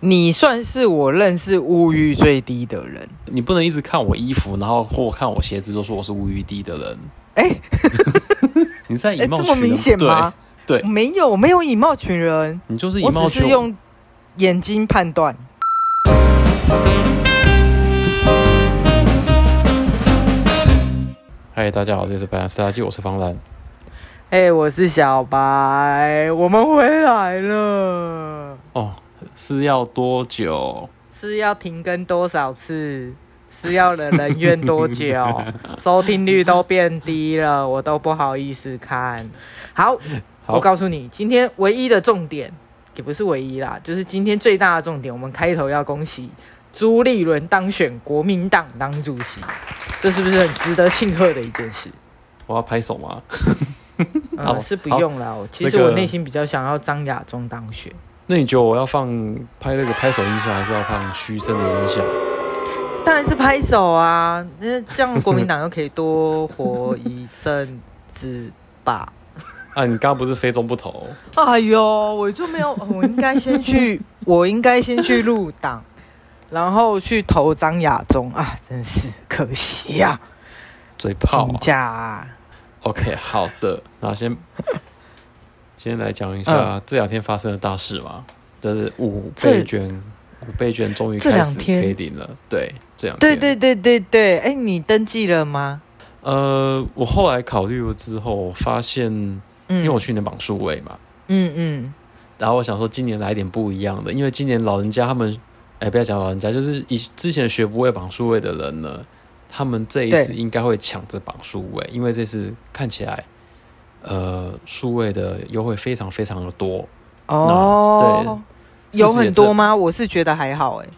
你算是我认识物欲最低的人。你不能一直看我衣服，然后或看我鞋子，就说我是无语低的人。哎、 你在以哎貌这取么人，明显吗？对对没有，我没有以貌取人，你就是以我貌只取是用眼睛判断。嗨，哎大家好，这里是白兰斯垃圾，我是方兰。哎、我是小白，我们回来了。哦，是要多久？ 是要停更多少次？是要忍人怨多久？ 收听率都变低了，我都不好意思看。好，好我告诉你，今天唯一的重点也不是唯一啦，就是今天最大的重点，我们开头要恭喜朱立伦当选国民党党主席，这是不是很值得庆贺的一件事？我要拍手吗？ 好呃，是不用啦。我其实那个我内心比较想要张亚中当选，那你觉得我要放拍那个拍手音效，还是要放嘘声的音效？当然是拍手啊，那这样国民党又可以多活一阵子吧。啊，你刚刚不是非中不投？哎呦，我就没有， 我应该先 去，我应该先去入党，然后去投张亚中啊，真是可惜呀、嘴啊，炮评啊、价、啊。 OK，好的，那先先来讲一下这两天发生的大事嘛，就是五嗯这倍券，五倍券终于这开两始可天以领了。对，这两对天。对对对对，哎、你登记了吗？呃，我后来考虑了之后，发现嗯，因为我去年绑数位嘛，嗯嗯，然后我想说今年来点不一样的，因为今年老人家他们，哎、不要讲老人家，就是以之前学不会绑数位的人呢，他们这一次对应该会抢着绑数位，因为这次看起来，呃，数位的优惠非常非常的多，嗯哦，对有事实也很多吗？我是觉得还好、哎，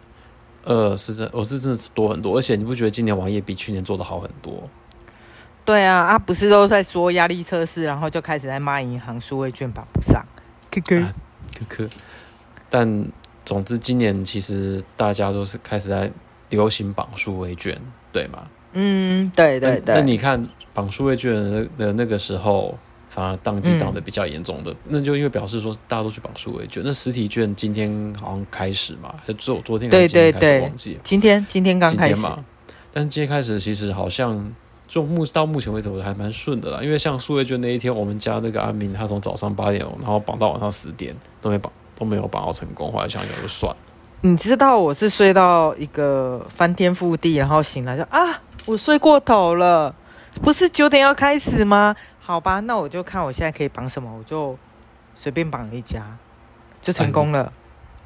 呃，是真，我是真的是多很多，而且你不觉得今年网页比去年做的好很多？对啊，啊，不是都在说压力测试，然后就开始在骂银行数位券绑不上，哥哥啊，可可，但总之今年其实大家都是开始在流行绑数位券，对吗？嗯，对对那对，那你看绑数位券的那的那个时候，反而当机当的比较严重的，嗯那就因为表示说大家都去绑数位券。那实体券今天好像开始嘛，还是昨昨天还是对对今天开始对忘记了，今天今天刚今开天始，嘛。但是今天开始其实好像就目到目前为止我还蛮顺的啦，因为像数位券那一天，我们家那个安明他从早上八点，然后绑到晚上十点都没绑。都没有绑到成功，后来想想就算了。你知道我是睡到一个翻天覆地，然后醒来就啊，我睡过头了，不是九点要开始吗？好吧，那我就看我现在可以绑什么，我就随便绑了一家，就成功哎了。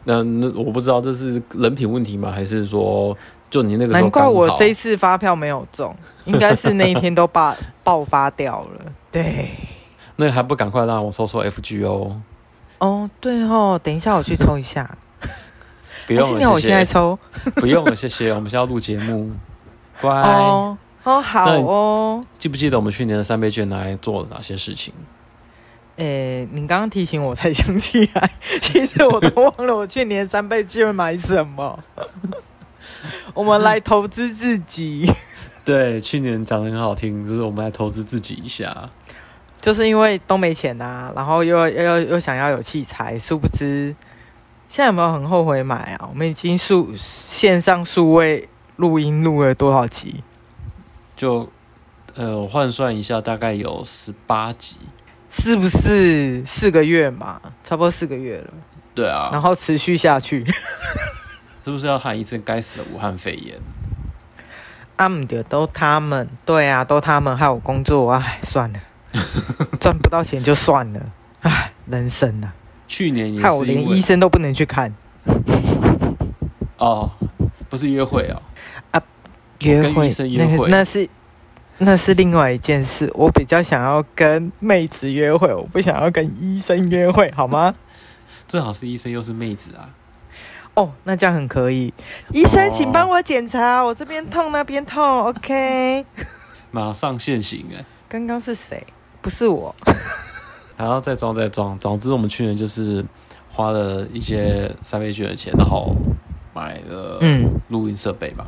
那那我不知道这是人品问题吗？还是说就你 那个时候难刚怪好我这一次发票没有中，应该是那一天都爆爆发掉了。对，那还不赶快让我抽抽 FGO？哦对哦，等一下我去抽一下，不还是用你要了，我谢现在谢。抽 不用了，谢谢。我们现在要录节 目，乖。哦哦好那你哦。记不记得我们去年的三倍券拿来做了哪些事情？诶、呃你刚刚提醒我才想起来，其实我都忘了我去年三倍券买什么。 我们来投资自己，对，去年讲的很好听，就是我们来投资自己一下。就是因为都没钱啊，然后又又又又想要有器材，殊不知现在有没有很后悔买啊？我们已经数线上数位录音录了多少集？就呃，我换算一下，大概有十八集。是不是四个月嘛？差不多四个月了，对然啊，后持续下去。是不是要喊一次该死的武汉肺炎？啊，唔对，都他们，对啊，都他们害我工作，唉，算 了，赚不到钱就算了，唉，人生啊，去年也害我是连因医为啊生都不能去看，哦，不是约会哦，约跟会医生约那个会那是那是另外一件事，我比较想要跟妹子约会，我不想要跟医生约会，好 吗？最好是医生又是妹子啊。哦，那这样很可以。医生，请哦帮我检查，我这边痛那边痛，OK。哦马上现行哎、刚刚是谁？不是我。然后再装再装，总之我们去年就是花了一些三倍券的钱，然后买了嗯。录音设备嘛。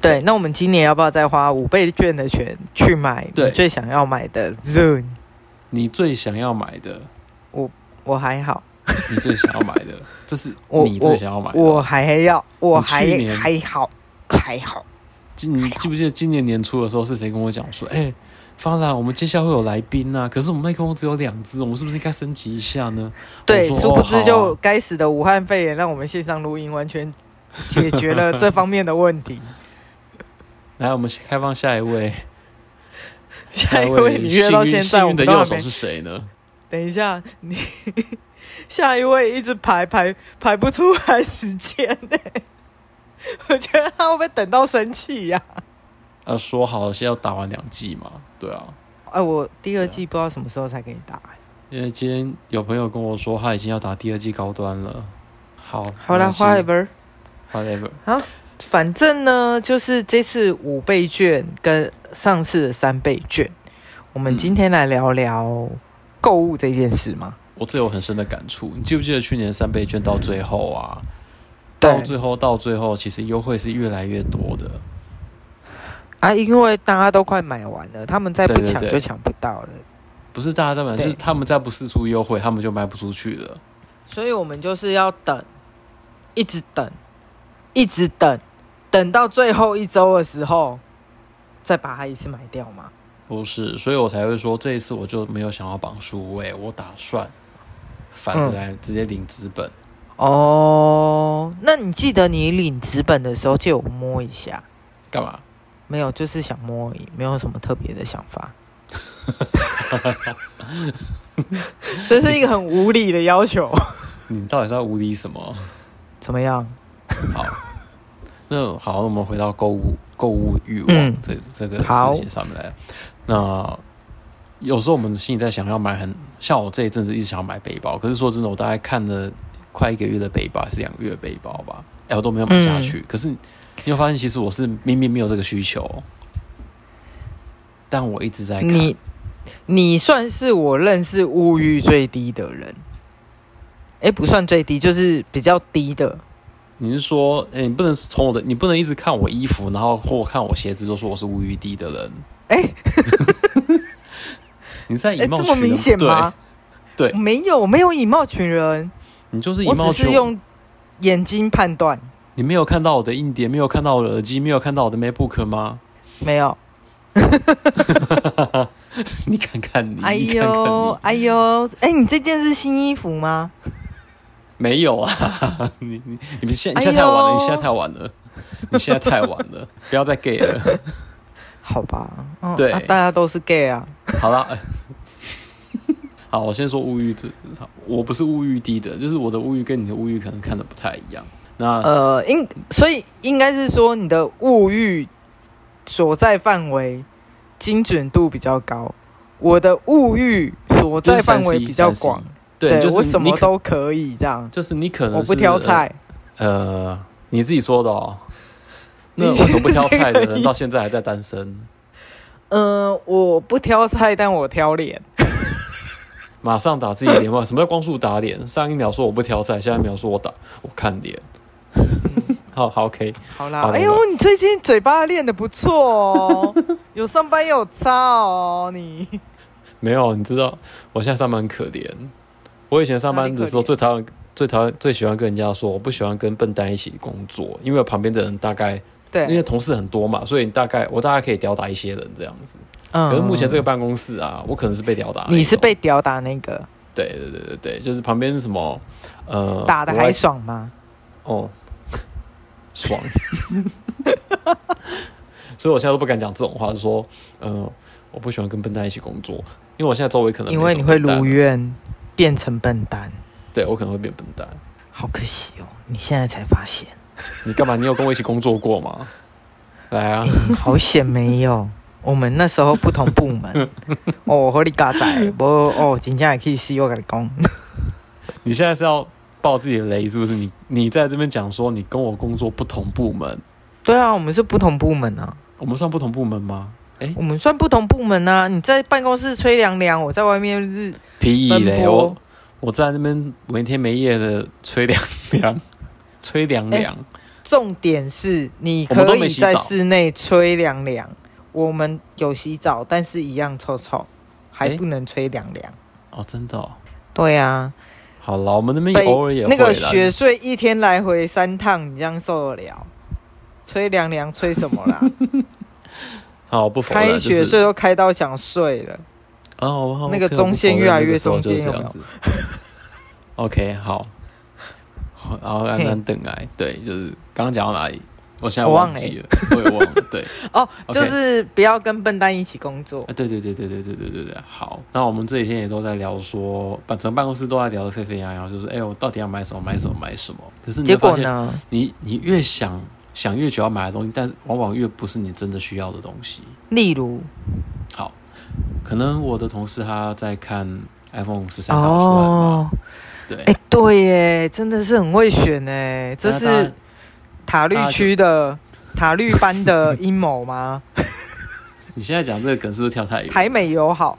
对，那我们今年要不要再花五倍券的钱去买对你最想要买的 Zoom？你最想要买的，我还好，你最想要买的， 这是我你最想要买的。我还要，我还你去年还好，还好。今你记不记得今年年初的时候，是谁跟我讲说，哎、方达，我们接下来会有来宾啊，可是我们麦克风只有两只，我们是不是应该升级一下呢？对，我说殊不知哦好就啊该死的武汉肺炎让我们线上录音完全解决了这方面的问 题。来，我们开放下 一位，下一 位位，你约到幸运现在幸我运的们都右还手没是。谁呢？等一下，你下一位一直排排排不出来时间呢、 我觉得他会不会等到生气呀、呃，说好是要打完两季嘛，对啊，哎、我第二季不知道什么时候才给你打、因为今天有朋友跟我说，他已经要打第二季高端了。好，好啦花 w h a whatever，反正呢，就是这次五倍券跟上次的三倍券，我们嗯今天来聊聊购物这件事嘛。我这有很深的感触。你记不记得去年三倍券到最后啊？对到最后，到最后，其实优惠是越来越多的。啊，因为大家都快买完了，他们再不对对抢对就抢不到了，不是大家在买，对就是他们再不试出优惠，他们就卖不出去了。所以我们就是要等，一直等，一直等，等到最后一周的时候，再把它一次买掉嘛。不是，所以我才会说这一次我就没有想要绑数位，我打算反着嗯来，直接领资本。哦，那你记得你领纸本的时候借我摸一下，干嘛？没有，就是想摸而已，没有什么特别的想法。 这是一个很无理的要求。你到底是要无理什么？怎么样？那好，那我们回到购物购物欲望、嗯这这个好事情上面来。那有时候我们心里在想要买很，像我这一阵子一直想要买背包，可是说真的，我大概看了快一个月的背包，还是两个月的背包吧，哎、我都没有买下嗯去。可是你会发现，其实我是明明没有这个需求，但我一直在看。你你算是我认识物欲最低的人，哎、不算最低，就是比较低的。你是说，哎、你不能从我的，你不能一直看我衣服，然后或看我鞋子，就说我是无余地的人。哎你在哎、以貌这取人，么明显对吗？对没有没有以貌取人，你就是以我貌只取是用眼睛判断，你没有看到我的硬碟，没有看到我的耳机，没有看到我的 MacBook 吗？ 没有。你看看你，哎你看呦看你，哎呦，哎、你这件是新衣服吗？没有啊！ 你你你们现哎你呦现在太晚了，你现在太 晚了，你现在太晚了，不要再 gay 了。好吧，嗯对啊大家都是 gay 啊。好了， 好，我先说物欲这，我不是物欲低的，就是我的物欲跟你的物欲可能看的不太一样。那呃，应所以应该是说你的物欲所在范围精准度比较高，我的物欲所在范围比较广，对，就是我什你么可，都可以这样，就是你可能我不是挑菜。呃，你自己说的哦。那你为什么不挑菜的这个意人思到现在还在单身？呃嗯、我不挑菜，但我挑脸。马上打自己脸 吗？什么叫光速打脸？上一秒说我不挑菜，下一秒说我打我看脸。 好好 OK，好啦，好的哎呦，你最近嘴巴练得不错 哦，有上班有差哦，你。没有，你知道我现在上班很可怜。我以前上班的时候哪里可怜最讨厌、最讨厌、最喜欢跟人家说，我不喜欢跟笨蛋一起工作，因为旁边的人大概因为对，同事很多嘛，所以你大概我大概可以吊打一些人这样子。嗯可是目前这个办公室啊，我可能是被吊打的那种。你是被屌打那个，对对对对对，就是旁边是什么呃打的国外还爽吗？哦，爽。 所以我现在都不敢讲这种话，就说，呃，我不喜欢跟笨蛋一起工作，因为我现在周围可能因为你没什么会笨蛋啊如愿变成笨蛋。对我可能会变笨蛋。好可惜哦，你现在才发现， 你干嘛？你有跟我一起工作过吗？ 来啊，好险没有。我们那时候不同部 门，哦，和你嘎仔，不哦，真正也可以死，我跟你讲，你现在是要爆自己的雷是不是？你你在这边讲说你跟我工作不同部门，对啊，我们是不同部门啊，我们算不同部门吗？我们算不同部门啊。你在办公室吹凉凉，我在外面日屁嘞！奔波我我在那边没天没夜的吹凉凉， 吹凉凉。重点是，你我们可都没以洗澡在室内吹凉凉。我们有洗澡，但是一样臭臭，还诶不能吹凉凉。哦，真的、哦，对啊，好了，我们那边被偶尔也会那个啦雪隧一天来回三趟，你这样受得了？吹凉凉吹什 么啦？好哦不否开认，雪就隧是都开到想睡了。啊，我好那个 OK，我中不线否越认来那个越时候中就是间这有样没子。OK，好， 然后安嘿安等来，对，就是刚刚讲到哪里，我现在我忘忘记了，我也忘了，对。 哦 OK 就是不要跟笨蛋一起工作。啊，对对对对对对对对对，好。那我们这几天也都在聊说，办整个办公室都在聊得沸沸扬扬，就是哎、我到底要买什么买什么买什么？可是你结会发果现，呢？你你越想想越久要买的东西，但是往往越不是你真的需要的东西。例如，好，可能我的同事他在看 iPhone 十三刚出来嘛，哦，对哎、，对耶，真的是很会选哎，这那当然是塔绿区的塔绿班的阴谋 吗？你现在讲这个梗是不是跳太远？台美友好。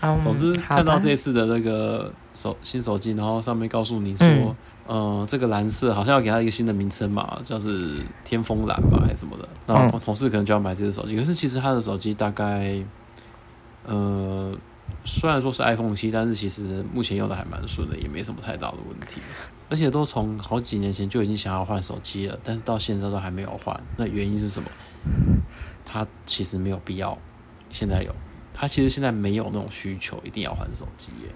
嗯 总之，好看到吧这一次的那个手新手机，然后上面告诉你说，嗯呃，这个蓝色好像要给它一个新的名称嘛，就是天风蓝嘛，还是什么的。那嗯我同事可能就要买这只手机，可是其实他的手机大概，呃，虽然说是 iPhone 七，但是其实目前用的还蛮顺的，也没什么太大的问题。而且都从好几年前就已经想要换手机了，但是到现在都还没有换。那原因是什么？他其实没有必要，现在有，他其实现在没有那种需求，一定要换手机耶。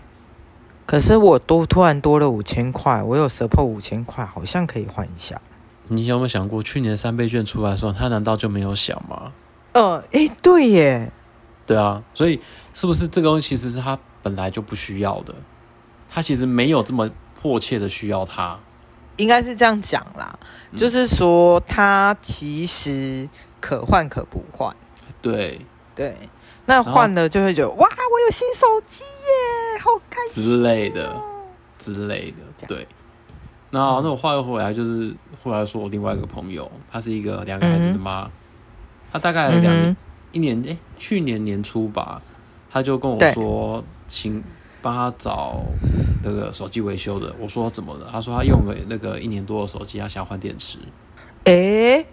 可是我多突然多了五千块，我有 support 五千块，好像可以换一下。你有没有想过，去年三倍券出来的时候，他难道就没有想吗？呃，哎、对耶，对啊，所以是不是这个东西其实是他本来就不需要的？他其实没有这么迫切的需要它。应该是这样讲啦，嗯就是说它其实可换可不换。对，对，那后换了就会觉得哇，我有新手机耶，好开之心。哦类的之类的。对，那那我话又回来，就是后来说我另外一个朋友，她是一个两个孩子的妈，她大概两年、嗯一年，哎、去年年初吧，她就跟我对说，请帮她找那个手机维修的。我说怎么了？她说她用了那个一年多的手机，她想要换电池。哼，哎，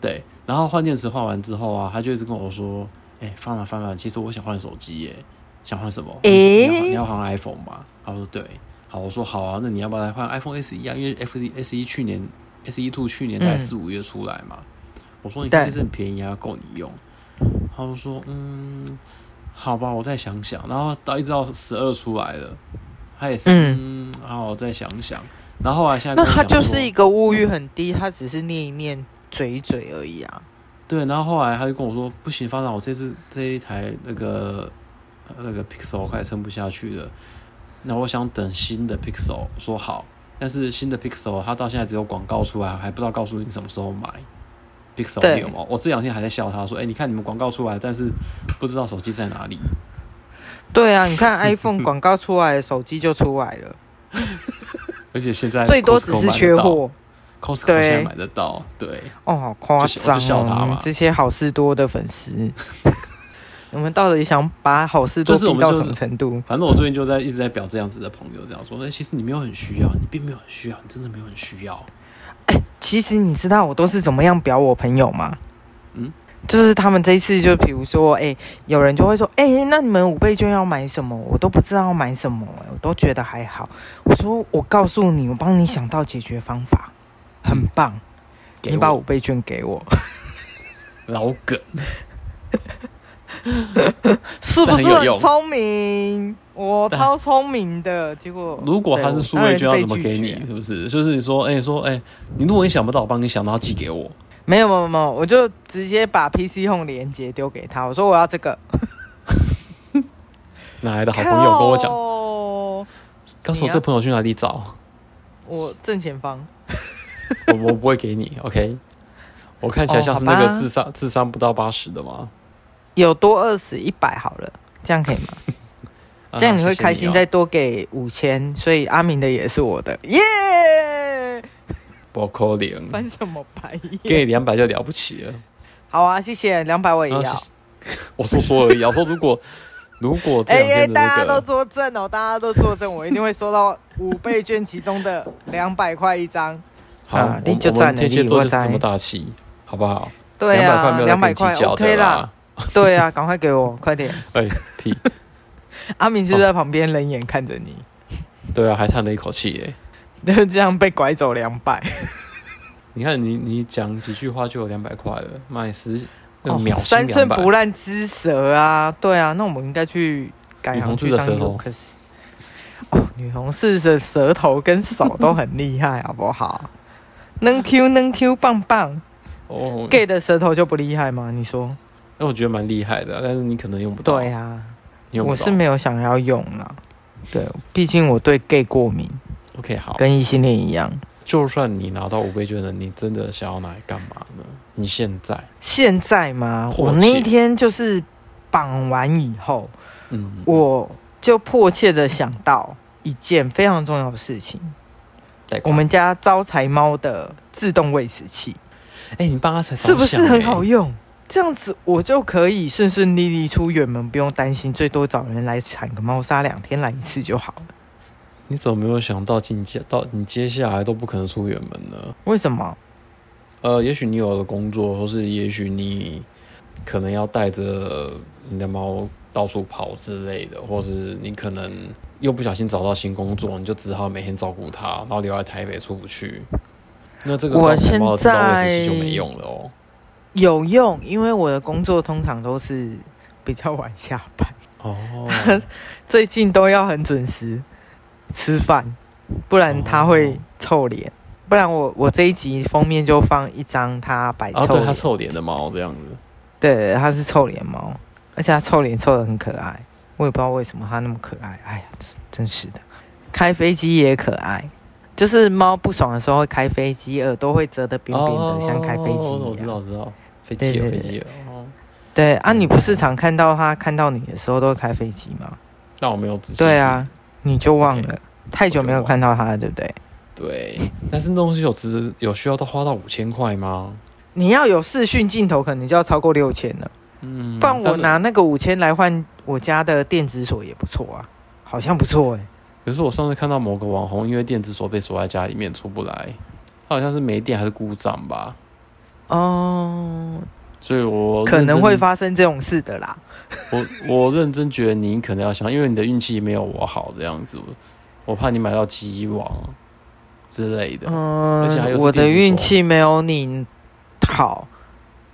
对，然后换电池换完之后啊，他就一直跟我说：“哎、翻了翻了，其实我想换手机耶，想换什么？我说诶你要你要换 iPhone 吗？”他说：“对。”好，我说：“好啊，那你要不要来换 iPhone SE 啊？因为 F S E 去年 S E Two 去年大概嗯四五月出来嘛。我说：“你看对这很便宜啊，够你用。”他就说：“嗯，好吧，我再想想。”然后到一直到十二出来了，他也是嗯，好，我再想想。然后后来现在那跟我它讲就说是一个物欲很低，它只是念一念、嘴一嘴而已啊。对，然后后来他就跟我说，不行，方长，我这次这一台那个呃那个 Pixel 快撑不下去了，那我想等新的 Pixel。我说好，但是新的 Pixel 它到现在只有广告出来，还不知道告诉你什么时候买 Pixel 对六嘛。我这两天还在笑他说，哎、你看你们广告出来，但是不知道手机在哪里。对啊，你看 iPhone 广告出来，手机就出来了，而且现在最多只 Costco 是买得缺到货。 ，Costco 对现在买得到，对。哦，好夸张、哦！就笑就笑他嘛你们这些好事多的粉丝， 你们到底想把好事多就是我逼们到就什是么程度？反正我最近就在一直在表这样子的朋友这样说，哎、其实你没有很需要，你并没有很需要，你真的没有很需要。其实你知道我都是怎么样表我朋友吗？嗯嗯，就是他们这一次就比如说，哎、有人就会说，哎、那你们五倍券要买什么？我都不知道要买什么、哎，我都觉得还好。我说，我告诉你，我帮你想到解决方法，很棒，给你把我五倍券给我，老梗，是不但很是有很用聪明？我但超聪明的，结果如果他对是我数当位然券，要被怎么拒给绝你？是不是？就是你说，哎、说，哎、你如果你想不到，我帮你想，然后寄给我。没有没有没有，我就直接把 PC Home 连接丢给他，我说我要这个。哪来的好朋友跟我讲？靠告诉我你啊这朋友去哪里找，我正前方。我我不会给你，OK？我看起来哦像是那好个吧智商、智商不到八十的吗？有多二十一百好了，这样可以吗？啊这样你会开谢谢心，哦再多给五千，所以阿明的也是我的，耶、嗯不扣零，翻什么白给眼？你两百就了不起了。好啊，谢谢，两百我也然后要谢。 谢我说说而已啊，我说如果如果这哎两哎，天的大家那都个，作证哦，大家都作证，我一定会收到五倍券其中的两百块一张。好，啊我们你就我在们呢天蝎你座我就是在这么大气，好不好？对两百啊块，没有两百在跟块你计较 OK 的啦，。对 啊，赶快给我，快点。哎，屁。阿明是不是在旁边冷眼看着你？对啊，还叹了一口气耶。就这样被拐走两百。你看你你讲几句话就有两百块了，买十那哦秒薪三寸两百，不烂之舌啊，对啊，那我们应该去改女行同志去的当舌头 u 可是，哦，女同事的舌头跟手都很厉害，好不 好？能 Q 能 Q 棒棒哦， ，gay 的舌头就不厉害吗？你说？那我觉得蛮厉害的啊，但是你可能用不到。对啊，你用不我到是没有想要用啦。对，毕竟我对 gay 过敏， OK 好，跟异性恋一样。就算你拿到五倍券了，你真的想要拿来干嘛呢？你现在，现在嘛，迫我切那一天就是绑完以后，嗯，我就迫切的想到一件非常重要的事情。贷我款们家招财猫的自动喂食器哎、你帮他才是不是着想很哎好用？这样子我就可以顺顺利利出远门，不用担心，最多找人来铲个猫砂，两天来一次就好了。你怎么没有想到你接到你接下来都不可能出远门呢？为什么？呃，也许你有了工作，或是也许你可能要带着你的猫到处跑之类的，或是你可能又不小心找到新工作，你就只好每天照顾它，然后留在台北出不去。那这个我招财猫的自动现喂在食器就没用 了哦。有用，因为我的工作通常都是比较晚下班，哦，最近都要很准时吃饭，不然它哦会臭脸。不然我我这一集封面就放一张它摆啊，臭对，脸，它臭脸的猫这样子。对，它是臭脸猫，而且它臭脸臭的很可爱，我也不知道为什么它那么可爱。哎呀，真真是的，开飞机也可爱，就是猫不爽的时候会开飞机，耳朵会折得扁扁的，哦像开飞机我一知样。道，我知道，飞机了，对对飞机了。哦对啊，你不是常看到它看到你的时候都会开飞机吗？但我没有仔细。对啊，，你就忘了 OK，太久没有我就忘了看到它了，对不对？对。但是那东西有值有需要到花到五千块吗？你要有视讯镜头，可能就要超过六千了，嗯，不然我但拿那个五千来换我家的电子锁也不错啊，好像不错哎、可是我上次看到某个网红因为电子锁被锁在家里面出不来，他好像是没电还是故障吧，哦，所以我可认真能会发生这种事的啦。我我认真觉得你可能要想，因为你的运气没有我好这样子，我怕你买到鸡网之类的。嗯哦而且还有是我的电子锁运气没有你好，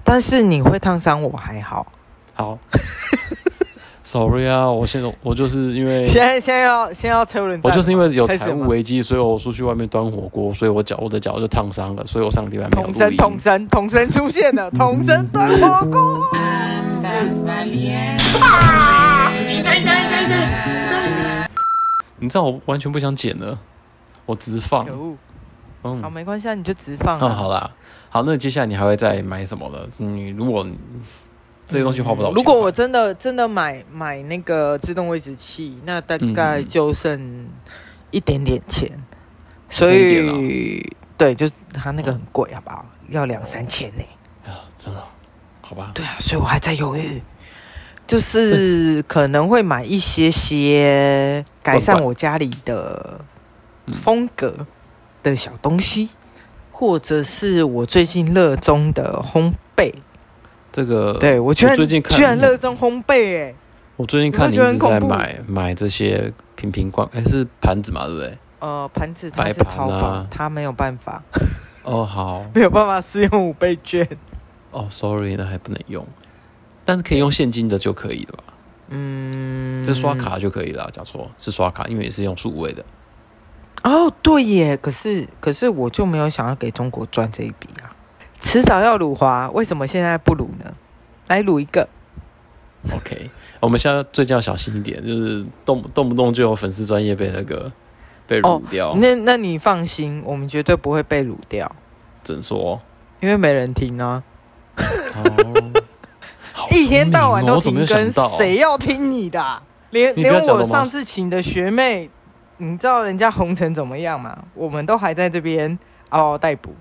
但是你会烫伤我还好。好 ，sorry 啊，我现在我就是因 为现在现在要先要车轮战我了吗，就是因为有开始财了务吗危机，所以我出去外面端火锅，所以我脚我的脚就烫伤了，所以我上个礼拜没有童录声音。嗯童声童声出现了，童声断火锅。你知道我完全不想剪了，我直放可。恶，嗯好，没关系，啊，你就直放哦，啊。好啦，好，那接下来你还会再买什么的？你如果这些东西花不到5000嗯块，如果我真的真的买买那个自动位置器，那大概嗯就剩一点点钱，剩所一点以对，就它那个很贵，好不好？要两三千呢、啊真的好吧，对啊，所以我还在犹豫，就是可能会买一些些改善我家里的嗯风格的小东西，或者是我最近热衷的烘焙。这个对我居然呃我最近看居然热衷烘焙哎、欸我最近看你你不觉得一直很在恐怖买买这些瓶瓶罐，哎、是盘子嘛，对不对？呃，盘子它白是盘淘宝啊，它没有办法，哦，好，没有办法适用五倍券。哦，sorry，那还不能用，但是可以用现金的就可以了吧？嗯，就刷卡就可以了，讲错是刷卡，因为也是用数位的。哦，对耶，可是可是我就没有想要给中国赚这一笔啊，迟早要辱华，为什么现在不辱呢？来辱一个， OK，我哦们现在最近要小心一点，就是动动不动就有粉丝专业被那个被辱哦掉，那那你放心，我们绝对不会被辱掉，怎说？因为没人听啊， 哦，好一天到啊晚都聪停明哦我怎么没更有想，到谁要听你的啊、连你不要连讲我了吗上次请的学妹，你知道人家红尘怎么样吗？我们都还在这边嗷嗷待哺。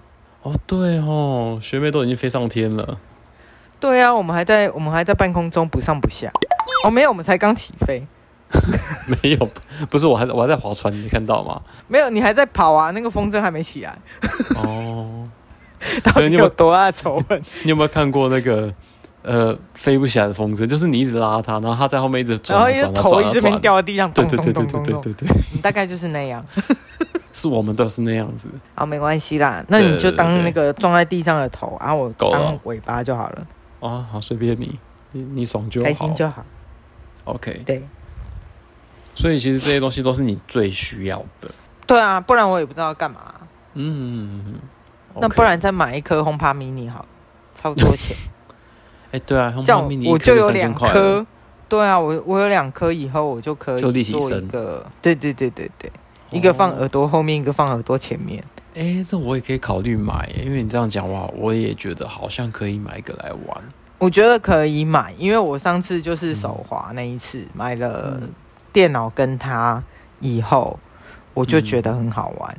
哦，对哦，学妹都已经飞上天了。 对啊，我们还在我们还在半空中不上不下。哦，没有，我们才刚起飞。没有，不是我还在我还在划船，你没看到吗？没有，你还在跑啊，那个风筝还没起来。哦，到对底你有有多大仇恨？你有没有看过那个呃飞不起来的风筝，就是你一直拉它，然后它在后面一直转然后啊一个转啊哦头转一啊直边转啊，掉地上，对咚咚对对咚对咚对咚对咚，对对，你大概就是那样。是我们都是那样子。好，没关系啦，那对你就对当对那个撞在地上的头，然后我够了当尾巴就好了，啊，好，随便你，你你爽就好，开心就好。 OK。对，所以其实这些东西都是你最需要的。对啊，不然我也不知道干嘛。嗯，那 OK 不，然再买一颗轰趴迷你好了，差不多 钱，哎，对啊，这样 HomePod mini 我一颗就有3000两块颗了。。对啊，我我有两颗，以后我就可以就做立体声一个。对对对对对，一个放呃耳哦，朵后面，一个放耳朵前面。哎，那我也可以考虑买耶，因为你这样讲话，我也觉得好像可以买一个来玩。我觉得可以买，因为我上次就是手滑那一次、买了嗯电脑跟它以后，我就觉得很好玩。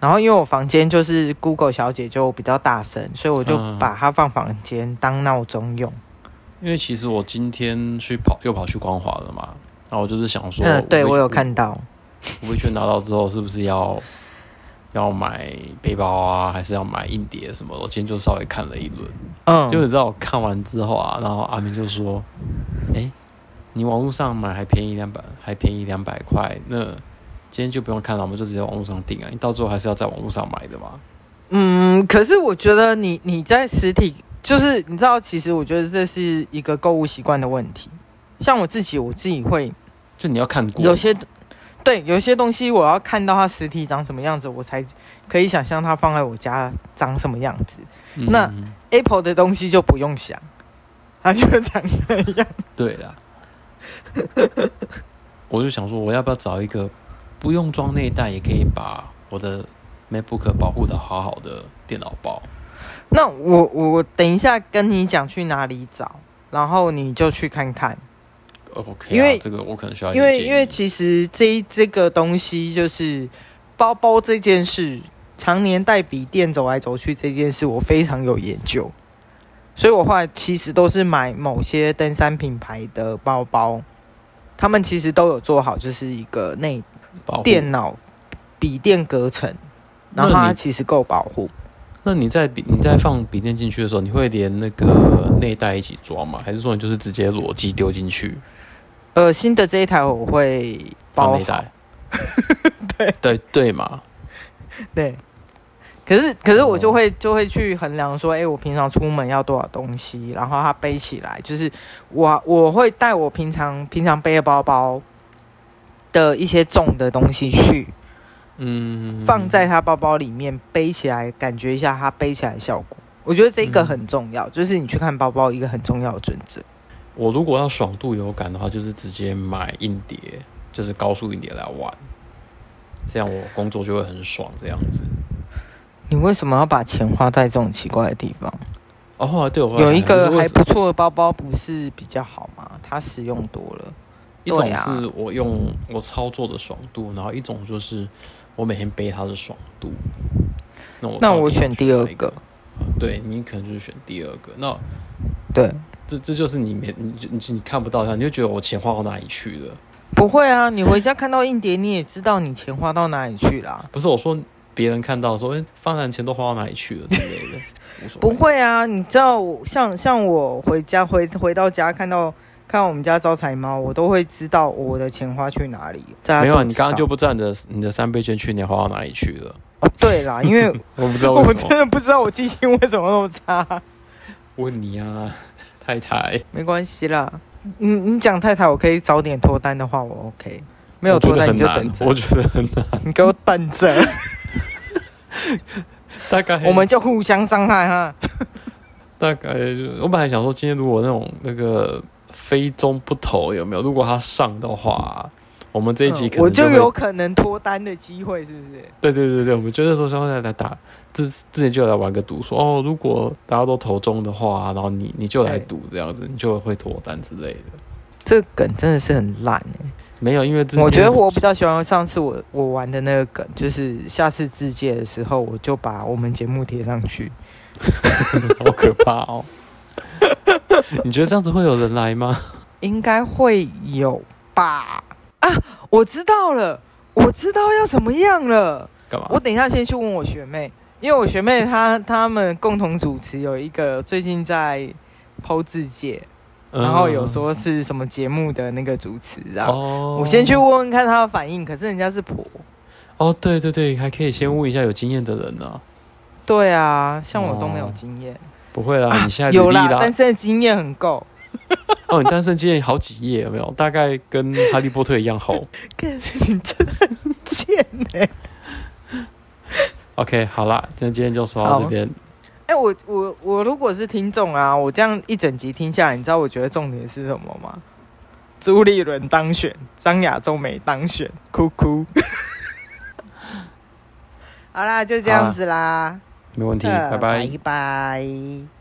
然后因为我房间就是 Google 小姐就比较大声，所以我就嗯把它放房间当闹钟用。因为其实我今天去跑又跑去光华了嘛，然后我就是想说，嗯，对微我有看到。我微券拿到之后，是不是要要买背包啊，还是要买硬碟什么的？我今天就稍微看了一轮，嗯，就你知道我看完之后啊，然后阿明就说：“哎、你网络上买还便宜两百，还便宜两百块，那今天就不用看了，我们就直接网络上订啊。你到最后还是要在网络上买的嘛。嗯，可是我觉得你你在实体，就是你知道，其实我觉得这是一个购物习惯的问题。像我自己，我自己会就你要看过，有些，对，有些东西我要看到它实体长什么样子，我才可以想象它放在我家长什么样子。嗯那 Apple 的东西就不用想，它就长那样。 对啦， 我就想说，我要不要找一个不用装内袋也可以把我的 MacBook 保护的好好的电脑包？那我我我等一下跟你讲去哪里找，然后你就去看看。呃 OK，、啊、因为这个我可能需要一因点为建议因为其实这一这个东西就是包包这件事，常年带笔电走来走去这件事，我非常有研究，所以我后来其实都是买某些登山品牌的包包，他们其实都有做好，就是一个内保护电脑笔电隔层，那然后它你其实够保护。那你在笔你在放笔电进去的时候，你会连那个内袋一起装吗？还是说你就是直接裸机丢进去呃，新的这一台我会包放好内袋？对 对对嘛，对。可是，可是我就哦会就会去衡量说，哎、我平常出门要多少东西，然后它背起来，就是我我会带我平常平常背的包包的一些重的东西去嗯，放在它包包里面背起来，感觉一下它背起来的效果。我觉得这嗯个很重要，就是你去看包包一个很重要的准则。我如果要爽度有感的话，就是直接买硬碟，就是高速硬碟来玩，这样我工作就会很爽。这样子你为什么要把钱花在这种奇怪的地方？哦，后来对我后来有一想想个就是为还什不错的包包不是比较好吗？它实用多了。一种对啊是我用我操作的爽度，然后一种就是我每天背它的爽度。那我那到底我要选去第二哪一个个，对你可能就是选第二个。那对。这这就是你没你你你看不到它，你就觉得我钱花到哪里去了？不会啊，你回家看到硬碟，你也知道你钱花到哪里去啦。不是我说别人看到说，哎、方然钱都花到哪里去了之类的，无所不 谓。会啊，你知道我，像像我回家回回到家看到看到我们家招财猫，我都会知道我的钱花去哪里。在它没有啊，肚你子上刚刚就不知道你的你的三倍券去年花到哪里去了？哦 对啦，因为我不知道我 为什真么。的不知道我记性为什么那么 差。问你啊，太太，没关系啦，你你讲太太，我可以早点脱单的话，我 OK。没有我觉脱得单很你就难等，着我，觉得很难。你给我等着，大概我们就互相伤害哈。大概就我本来想说，今天如果那种那个非中不投有没有？如果他上的话，我们这一集嗯可我能就会有可能脱单的机会，是不是？对对对对，我们就那时候想来来打，之之前就有来玩个赌，说哦，如果大家都投中的话，然后你你就来对赌这样子，你就会脱单之类的。这个梗真的是很烂哎、没有，因为之我觉得我比较喜欢上次我我玩的那个梗，就是下次自介的时候，我就把我们节目贴上去。好可怕哦。你觉得这样子会有人来吗？应该会有吧？啊，我知道了，我知道要怎么样了。干嘛？我等一下先去问我学妹，因为我学妹她她们共同主持有一个最近在剖自介，嗯然后有说是什么节目的那个主持啊。哦，我先去问问看他的反应，可是人家是婆。哦，对对对，还可以先问一下有经验的人呢、对啊，像我都没有哦经验。不会啦，你现在履啊有历啦，啦，单身的经验很够。哦，你单身经验好几页有没有？大概跟哈利波特一样厚。 干，你真的很贱哎、 OK，好啦，那今天就说到好这边。哎、我我我如果是听众啊，我这样一整集听下来，你知道我觉得重点是什么吗？朱立伦当选，张亚中没当选，哭哭。 好啦，就这样子啦，没问题，呃拜拜。拜拜